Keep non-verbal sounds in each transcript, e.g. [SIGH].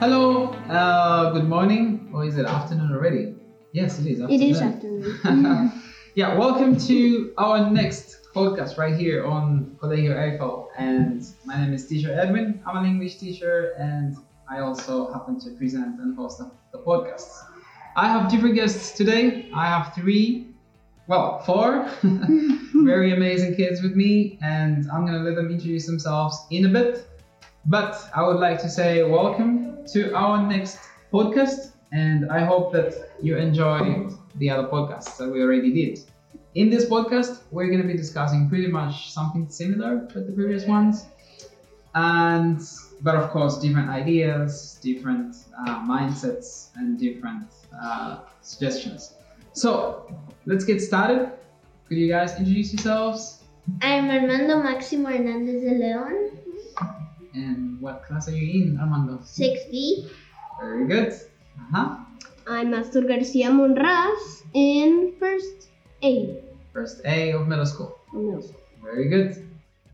Hello, uh, good morning, or is it afternoon already? Yes, it is It afternoon. is Mm. afternoon. [LAUGHS] yeah, welcome to our next podcast right here on Colegio Eiffel. And my name is teacher Edwin. I'm an English teacher and I also happen to present and host the- the podcast. I have different guests today. I have three, well, [LAUGHS] four [LAUGHS] very amazing kids with me, and I'm gonna let them introduce themselves in a bit. But I would like to say welcome to our next podcast, and I hope that you enjoy the other podcasts that we already did. In this podcast, we're going to be discussing pretty much something similar to the previous ones, and but of course, different ideas, different uh, mindsets, and different uh, suggestions. So let's get started. Could you guys introduce yourselves? I'm Armando Maximo Hernandez de Leon, And what class are you in, Armando? 6B. Very good. Uh huh. I'm Astor Garcia Monraz in first A. First A of middle school. Very good.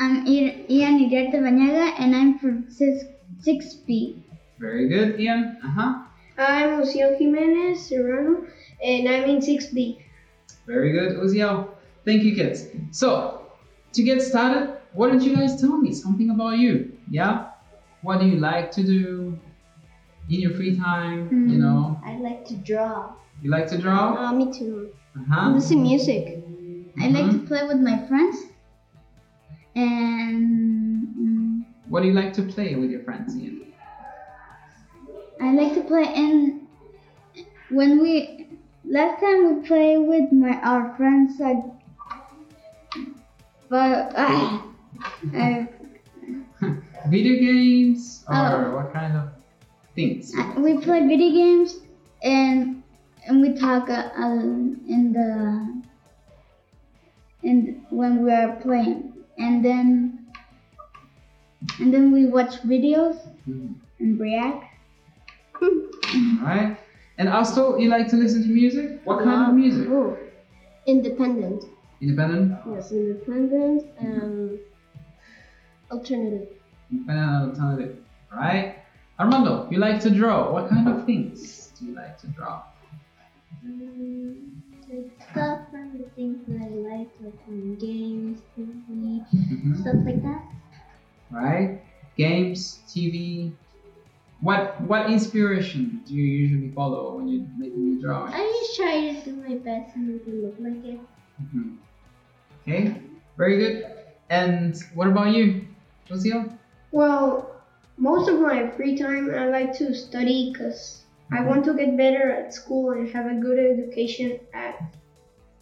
I'm Ian Iriarte Bañaga and I'm from 6B. Very good, Ian. Uh huh. I'm Lucio Jimenez Serrano and I'm in 6B. Very good, Uziel. Thank you, kids. So, to get started, why don't you guys tell me something about you? Yeah? What do you like to do in your free time? You Mm. know, I like to draw. you like to draw? Uh, me too. Uh huh. Listen music. I like to play with my friends and mm, What do you like to play with your friends, Ian? I like to play in when we last time we played with my our friends I but ah, I, Video games or Oh. what kind of things? I- we play video games and and we talk uh, um, in the and when we are playing and then and then we watch videos Mhm. and react Alright. And also, you like to listen to music? What kind of Uh-huh. music? Oh, independent. Independent? Yes, independent and alternative. Independent alternative. Alright. Armando, you like to draw. What kind of things do you like to draw? stuff from the things that I like, like from games, TV, Mhm. stuff like that. right? Games, TV. What what inspiration do you usually follow when you're making your drawing? I just try to do my best and make it look like it. Mhm. Okay, very good. And what about you, Lucio? Well, most of my free time I like to study because I want to get better at school and have a good education at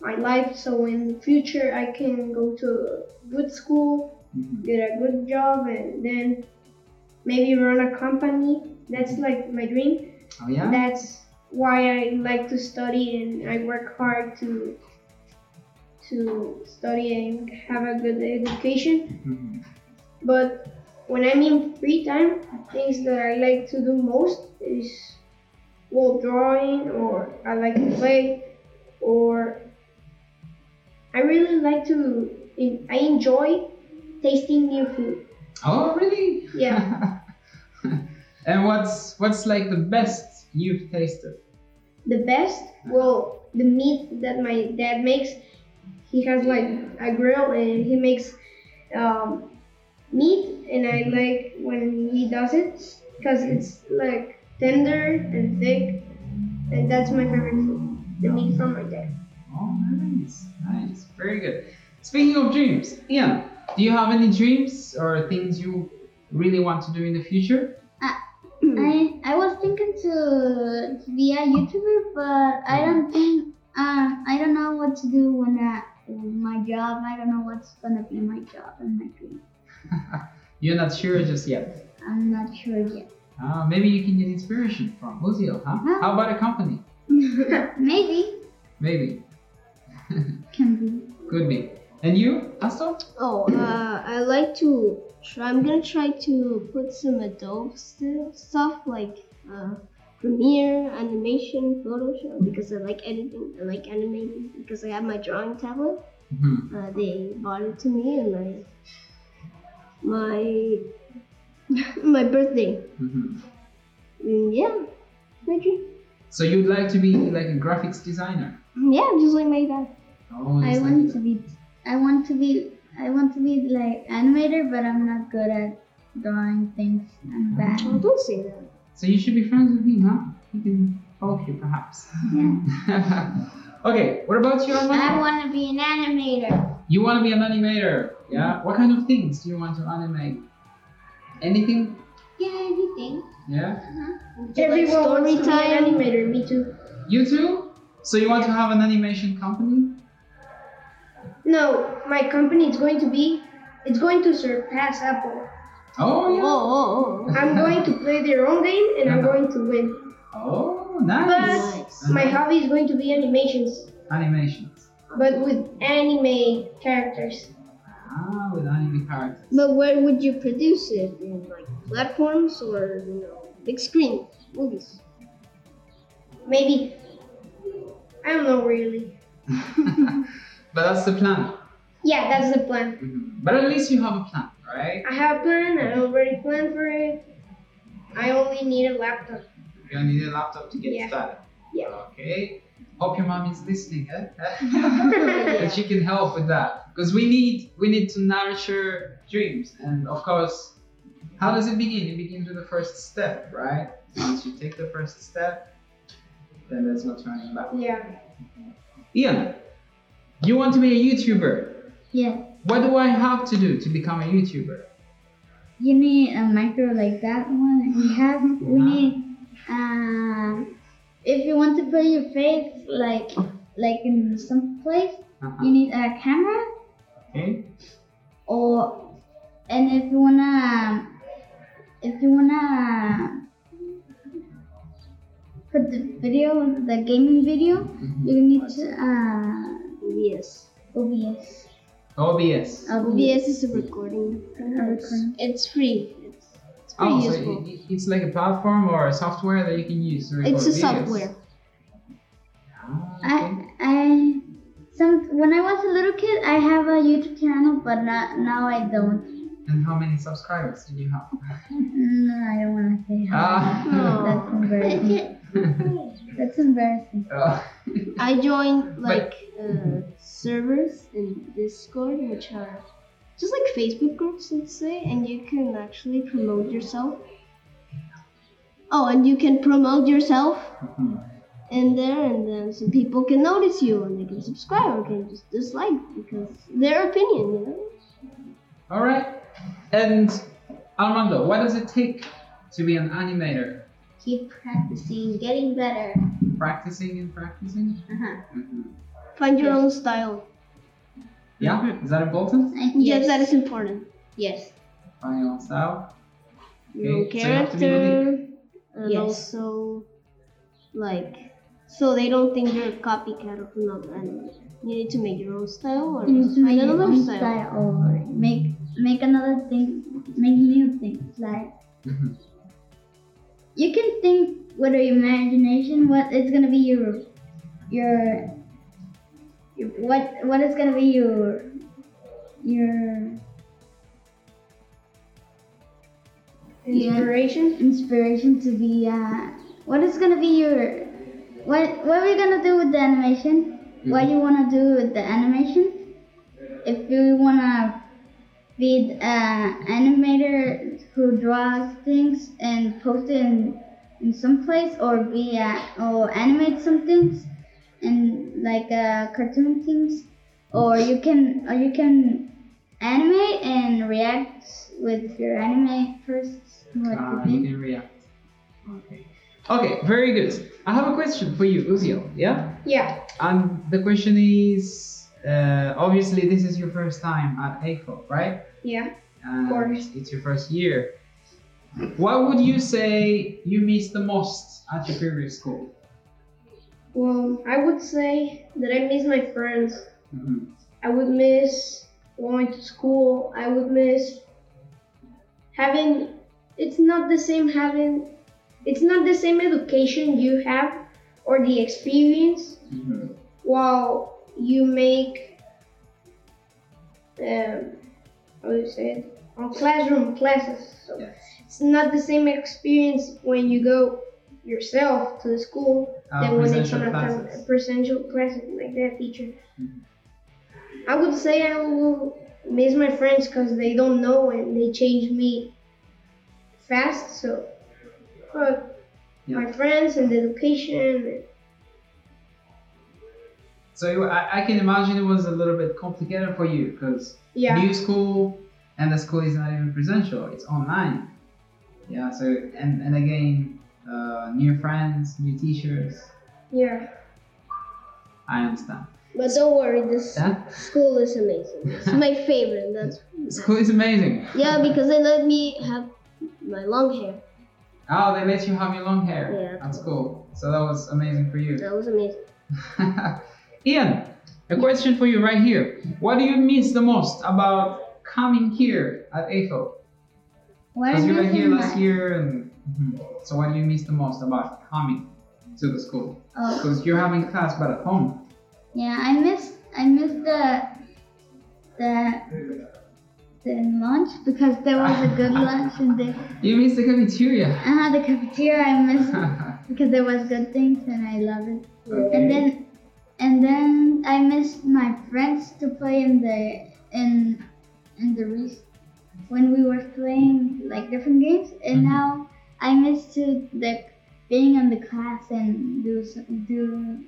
my life so in the future I can go to a good school, Mhm. get a good job, and then maybe run a company. That's like my dream. Oh yeah. that's why I like to study and I work hard to to study and have a good education. Mhm. But when I'm in free time, things that I like to do most is well drawing or I like to play or I really like to I enjoy tasting new food. Oh really? Yeah. [LAUGHS] and what's what's like the best you've tasted? The best? Well, the meat that my dad makes, he has like a grill and he makes um, meat, and I like when he does it because it's like tender and thick, and that's my favorite food. The meat from my dad. Oh nice, nice, very good. Speaking of dreams, Ian, do you have any dreams or things you really want to do in the future? I I was thinking to be a YouTuber, but I don't think um I don't know what to do when I when my job. I don't know what's gonna be my job and my dream. You're not sure just yet. I'm not sure yet. [LAUGHS] Ah, maybe you can get inspiration from Uziel, huh? Yeah. How about a company? Maybe Maybe. can be. Could be. And you, Astor? Oh, uh, I like to. Try, I'm gonna try to put some Adobe st- stuff like uh, Premiere, animation, Photoshop because I like editing. I like animating because I have my drawing tablet. Mm-hmm, Mhm. Uh, they bought it to me and my [LAUGHS] my my birthday. mm-hmm. Mhm. Mm, Yeah, maybe. So you'd like to be like a graphics designer? Yeah, just like my dad. Oh, I just like want that. to be. I want to be. I want to be like animator, but I'm not good at drawing things. I'm bad. Oh, don't say that. So you should be friends with me, huh? He can help you, perhaps. Yeah. [LAUGHS] okay, what about you, I Armando? want to be an animator. You want to be an animator, yeah? What kind of things do you want to animate? Anything? Yeah, anything. Yeah? Everyone wants to be an Storytime. animator. Me too. You too? So you want to have an animation company? No, my company is going to be. It's going to surpass Apple. Oh, yeah. Oh, I'm going to play their own game and I'm Uh-huh. going to win. Oh, But nice. my Uh-huh. hobby is going to be animations, Animations. but with anime characters. Ah, with anime characters. But where would you produce it? In like platforms or you know big screen movies? Maybe. I don't know really. but that's the plan. Yeah, that's the plan. Mhm. But at least you have a plan, right? I have a plan. I already planned for it. I only need a laptop. You need a laptop to get Yeah. started. Yeah. Okay. Hope your mom is listening, [LAUGHS] eh? [LAUGHS] and she can help with that because we need we need to nurture dreams and of course how does it begin it begins with the first step right once you take the first step then there's no turning back Yeah. ian you want to be a youtuber yeah. what do i have to do to become a youtuber You need a micro like that one [LAUGHS] that we have. We need. Um, if you want to put your face like like in some place, uh-huh. you need a camera. okay or and if you wanna if you wanna put the video the gaming video Mhm. you need to uh Yes. OBS obs OBS is a recording. recording. It's free. It's, it's oh pretty so useful. it- it- it's like a platform or a software that you can use to record it's a videos. software. Ah, okay. I I some when I was a little kid I have a YouTube channel but not, now I don't and how many subscribers did you [LAUGHS] have no I don't wanna say how [LAUGHS] ah. [LAUGHS] that's embarrassing that's embarrassing Oh. I joined like uh, servers in Discord, which are just like Facebook groups, let's say, and you can actually promote yourself. Oh, and you can promote yourself Mhm. in there, and then some people can notice you, and they can subscribe or can just dislike because their opinion, you know. All right. And Armando, what does it take to be an animator? keep practicing getting better Practicing and practicing. uh-huh. Mhm. Find your own style. Yeah, Mm-hmm. is that important? I, Yes, that is important. yes Find out style. Your own Okay, Mm, so you have to be character, and Yes. also like so they don't think you're a copycat of another anime. You need to make your own style or You need to Mm-hmm. find make your another own style. style or make make another thing make new things like Mhm. you can think with your imagination what is gonna be your your, your what what is gonna be your your Inspiration. inspiration to be uh what is gonna be your what what are you gonna do with the animation Mm-hmm. what you wanna do with the animation if you wanna be an uh, animator who draws things and post it in, in some place or be a, or animate some things and like uh, cartoon things or you can or you can animate and react with your anime first what Ah, you you think. can react. Okay. Okay, very good. I have a question for you, Uziel. Yeah. Yeah. And the question is, uh, obviously, this is your first time at AFO, right? Yeah. and course. it's your first year. What would you say you miss the most at your previous school? Well, I would say that I miss my friends. Mhm. I would miss going to school. I would miss having. It's not the same having. It's not the same education you have or the experience Mm-hmm. Mhm. while you make. Um, how do you say it? on classroom classes. So Yes. it's not the same experience when you go yourself to the school Uh, than when they presential come up classes. a presential classes like that teacher. Mhm. I would say I will miss my friends because they don't know and they change me fast. So, but Yeah. my friends and the education. So I, I can imagine it was a little bit complicated for you because Yeah. new school and the school is not even presential; it's online. Yeah. So and and again, uh, new friends, new teachers. Yeah. I understand. But don't worry, this Yeah. school is amazing. [LAUGHS] It's my favorite. That's School is amazing. yeah, because they let me have my long hair. Oh, they let you have your long hair. Yeah. That's cool. So that was amazing for you. [LAUGHS] That was amazing. Ian, a question for you right here. What do you miss the most about coming here at AFO? What Because is you were this here in last my- year, and mhm. so what do you miss the most about coming to the school? Oh, Because you're having class, but at home. yeah. I miss I miss the the the lunch because there was a good lunch and the You miss the cafeteria. [LAUGHS] uh, the cafeteria. I miss it okay. because there was good things and I love it. And then and then I miss my friends to play in the in in the re- when we were playing like different games and Mhm. now I miss to the being in the class and do s- do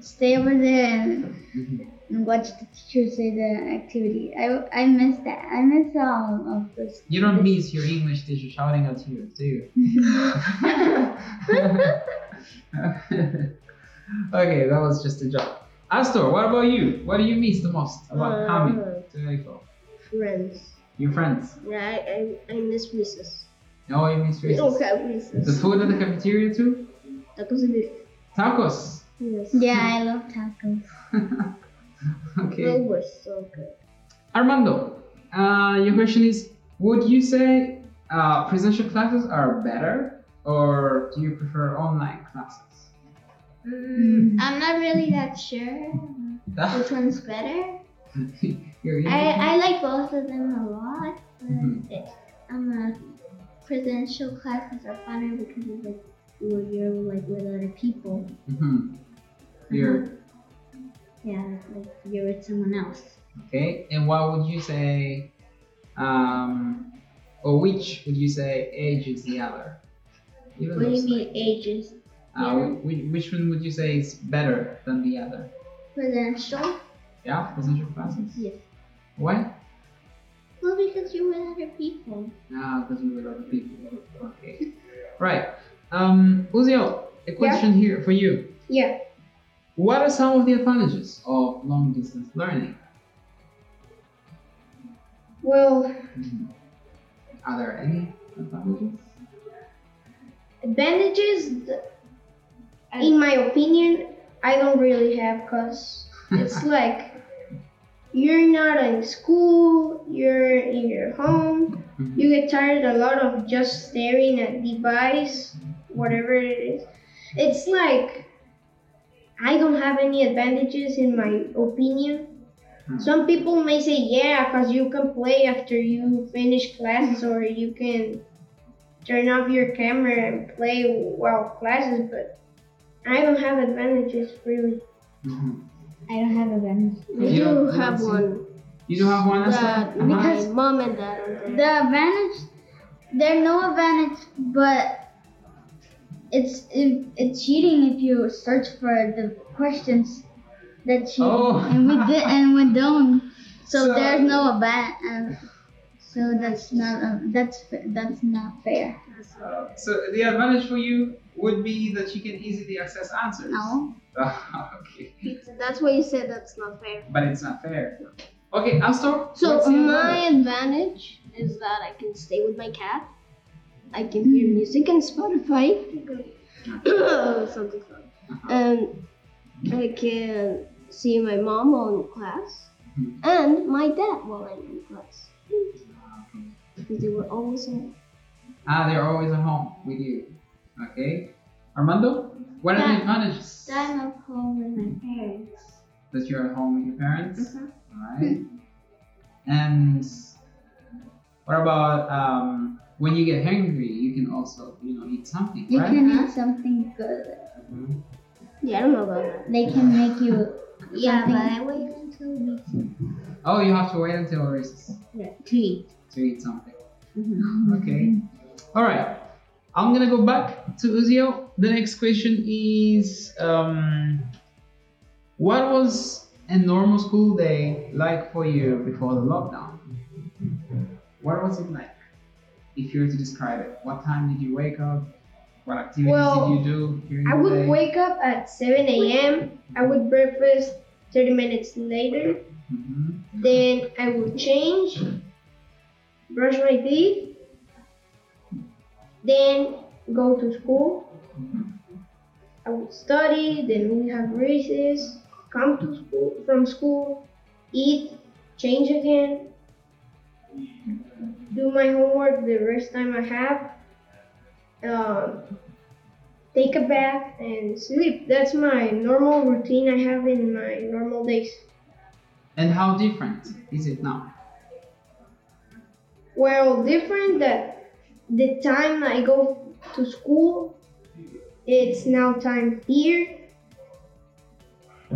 stay over there and, Mhm. and watch the teacher say the activity. I, I miss that. I miss all of this. you don't miss your English teacher shouting at you, do you? okay, that was just a joke. Astor, what about you? What do you miss the most about coming Uh, to AFO? friends. Your friends? Yeah, I, I, I miss recess. No, you miss We your don't have recess. The food at the cafeteria too? That was a bit. Tacos. [LAUGHS] Yes. Yeah, I love tacos. They okay. were so good. Armando, uh, your question is Would you say uh, presential classes are better or do you prefer online classes? Mm, I'm not really that sure That- [LAUGHS] which one's better. You're in- I, I like both of them a lot, but Mhm. it, um, uh, presidential classes are funner because it's like Well, you're like with other people. Mhm. You're yeah, like you're with someone else. okay. And what would you say? Um, or which would you say age is the other? Even What do though you it's mean ages? like- Uh, whi- whi- which one would you say is better than the other? Presidential? Yeah, presential classes? Yes. Why? Well, because you're with other people. Ah, because we were other people. Okay. Right. Um, Uziel, a question here for you. Yeah. What are some of the advantages of long distance learning? Well, Mm-hmm. Are there any advantages? advantages, th- in my opinion, I don't really have [LAUGHS] because it's like you're not in school, you're in your home. Mhm. You get tired a lot of just staring at device, whatever it is. It's like I don't have any advantages in my opinion. Hmm. Some people may say, yeah, because you can play after you finish classes or you can turn off your camera and play while classes, but I don't have advantages really. Mhm. I don't have a bench. We You do don't- you have don't see- one. You do have one answer? That Uh-huh. my mom and dad are there. The advantage, there are no advantage, but it's it, it's cheating if you search for the questions that you Oh. and we did and we don't. So, So- there's no advantage. So that's not uh, that's fa- that's not fair. Uh, so the advantage for you would be that you can easily access answers. Ah, No. [LAUGHS] okay. That's why you said that's not fair. But it's not fair. Okay, Astor. So what's the my advantage? advantage is that I can stay with my cat. I can hear music on Spotify. [COUGHS] Something fun. Um, I can see my mom while in class Mhm. and my dad while I'm in class. Because they were always in. Ah, they're always at home with you. Okay. Armando, what are the That- advantages? So I'm at home with my parents. Mm-hmm. that you're at home with your parents, Mhm. right? And What about um, when you get hungry? You can also, you know, eat something, You right? can eat something good. Mhm. Yeah, I don't know about that. They can make you Yeah, but something. I wait until we Oh, you have to wait until races To eat. to eat something. Mm-hmm. Okay. All right. I'm gonna go back to Uzio. The next question is, um, what was a normal school day like for you before the lockdown? What was it like? If you were to describe it, what time did you wake up? What activities Well, did you do during I the would day? wake up at 7 a.m. I would breakfast 30 minutes later. Mhm. Then I would change, brush my teeth, then go to school. I would study, then we have races, come to school from school, eat, change again, do my homework the rest time I have, um, take a bath and sleep. That's my normal routine I have in my normal days. And how different is it now? Well, different that the time I go to school, it's now time here.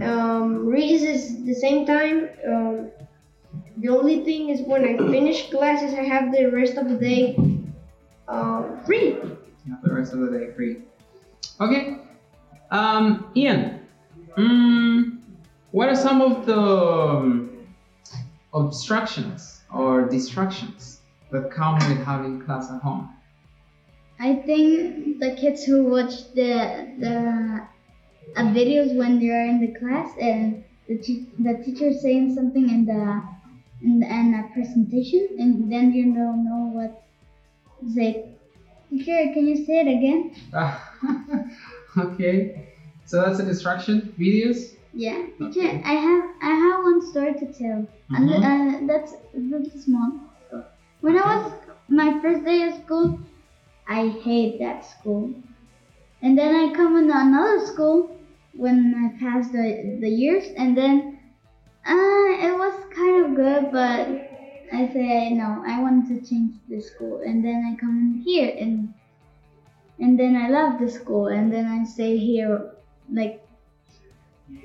Um, recess is the same time. Um, the only thing is when I finish classes, I have the rest of the day um, free. You have the rest of the day free. Okay. Um, Ian, mm, what are some of the um, obstructions or distractions that come with having class at home? I think the kids who watch the the uh, videos when they are in the class and the te- the teacher saying something in the in, the, in a presentation and then you don't know what it's like. Teacher, can you say it again? Ah, [LAUGHS] okay. So that's a distraction. Videos. Yeah, teacher, I have I have one story to tell. And Mhm. uh, that's that's small. When I was my first day at school, I hate that school. And then I come in another school when I passed the the years, and then uh, it was kind of good, but I say no, I want to change the school, and then I come in here and. And then I love the school, and then I stay here like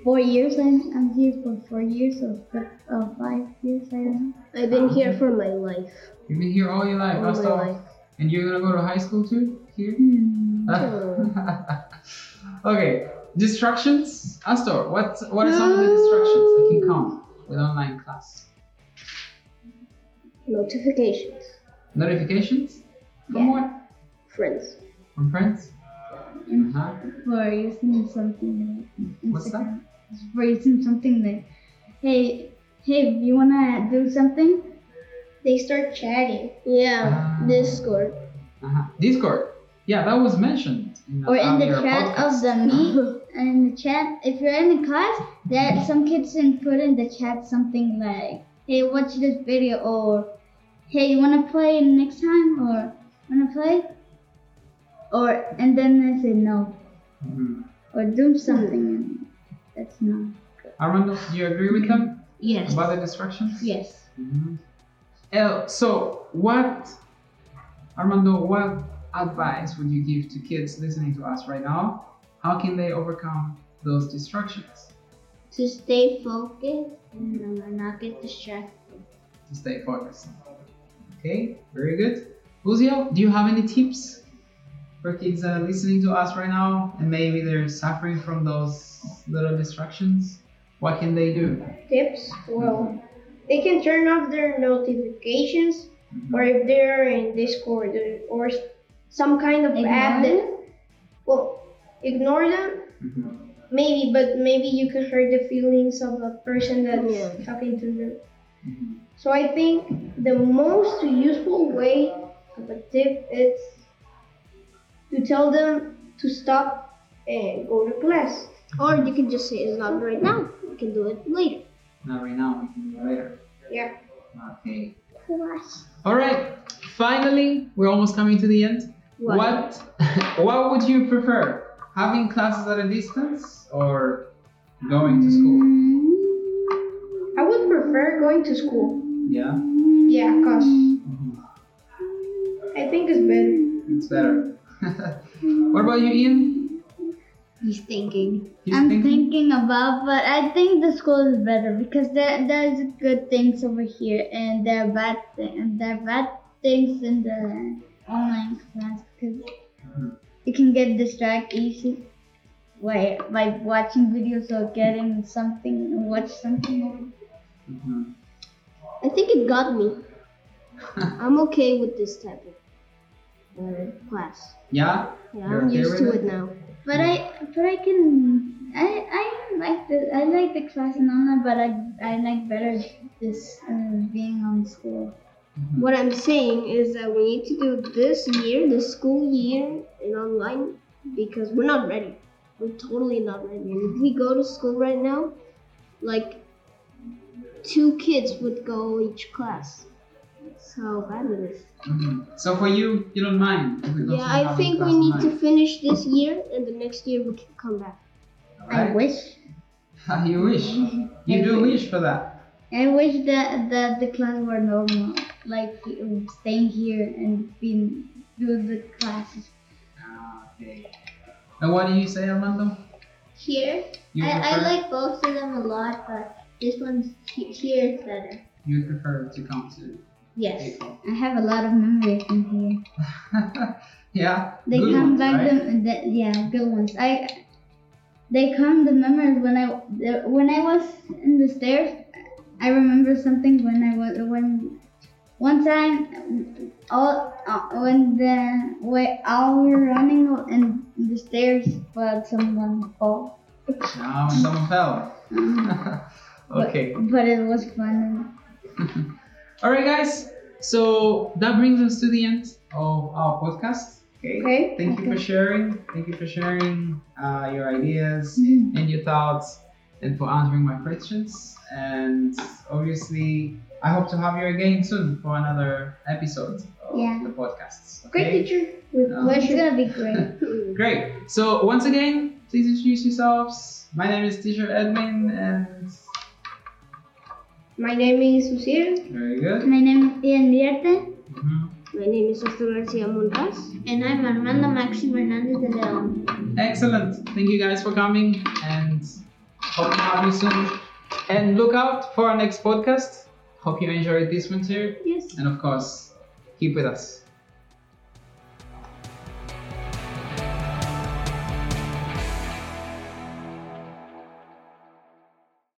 four years. I'm, I'm here for four years or, fi- or five years. I don't know. I've been here for my life. You've been here all your life, All my Rostov. life. Hmm. And you're gonna go to high school too? Here? okay. Distractions? Astor, what what are some of the Um, distractions that can come with online class? Notifications. Notifications? From what? Friends. From friends? And Uh-huh. for using something like What's that? Instagram. For using something like, hey, hey, you wanna do something? They start chatting. Yeah. Um, Ah. Discord. Uh-huh. Discord. Yeah, that was mentioned. In Or in the earlier chat of podcast. the meet, [LAUGHS] in the chat, if you're in the class, that some kids can put in the chat something like, hey, watch this video, or hey, you wanna play next time, or wanna play? Or, and then I say no, Mhm. or do something, and that's not. Armando, do you agree with them Yes. about the distractions? Yes. Mhm. Uh, so, what, Armando, what advice would you give to kids listening to us right now? How can they overcome those distractions to stay focused and um, not get distracted. to stay focused? Okay, very good. Uzio, do you have any tips for kids that are listening to us right now and maybe they're suffering from those little distractions? What can they do? tips. Well, they can turn off their notifications, or if they're in Discord or- or s- some kind of app that, well, ignore them. Mhm. Maybe, but maybe you can hurt the feelings of a person that's Yeah. talking to them. Mhm. So I think the most useful way of a tip is to tell them to stop and go to class. Or you can just say it's not right now. You can do it later. Not right now, we can do it later. Yeah. Okay. All right. Finally, we're almost coming to the end. What [LAUGHS] What would you prefer? Having classes at a distance or going to school? I would prefer going to school. Yeah. Yeah, cause Mhm. It's better. [LAUGHS] what about you, Ian? He's thinking. You I'm think- thinking about, but I think the school is better because there there's good things over here and there are bad things and there are bad things in the online class because Mm-hmm. you can get distracted easy by by watching videos or getting something watch something. Mhm. I think it got [LAUGHS] me. I'm okay with this type of uh, class. Yeah. Yeah, You're I'm okay used with to it? it now. But I but I can I I like the I like the class in online, but I I like better this uh, being on school. Mhm. What I'm saying is that we need to do this year, the school year, in online because we're not ready. We're totally not ready. And if we go to school right now, like two kids would go each class. That's how bad it is. Mhm. So for you, you don't mind. if we go Yeah, to I another think class we need to online, finish this year, and the next year we can come back. I right? wish. [LAUGHS] you wish. You do wish for that. I wish that that the class were normal, like um, staying here and being do the classes. Ah, okay. And what do you say, Armando? Here, You I, I prefer- like both of them a lot, but this one's he- here is better. You prefer to come to Yes. April. I have a lot of memories in here. yeah. They good come ones, back right? the, the yeah good ones. I they come the memories when I the, when I was in the stairs. I remember something when I was when one time all uh, when the we all were running in the stairs, but someone fell. Mm. Now someone fell. [LAUGHS] okay. But it was fun. All right, guys. So that brings us to the end of our podcast. Okay. Okay. Thank you for sharing. Thank you for sharing uh, your ideas Mm-hmm. Mhm. and your thoughts, and for answering my questions. And obviously, I hope to have you again soon for another episode of Yeah. the podcast. Great okay? teacher. With Um, It's gonna be great. Great. So once again, please introduce yourselves. My name is Teacher Edwin, and My name is Lucille. very good. My name is Ian Vierte. Mhm. My name is Arthur Garcia Montas. And I'm Armando Maxim Hernandez de Leon. Excellent. Thank you guys for coming, and hope to have you soon. And look out for our next podcast. Hope you enjoyed this one too, Yes. and of course, keep with us.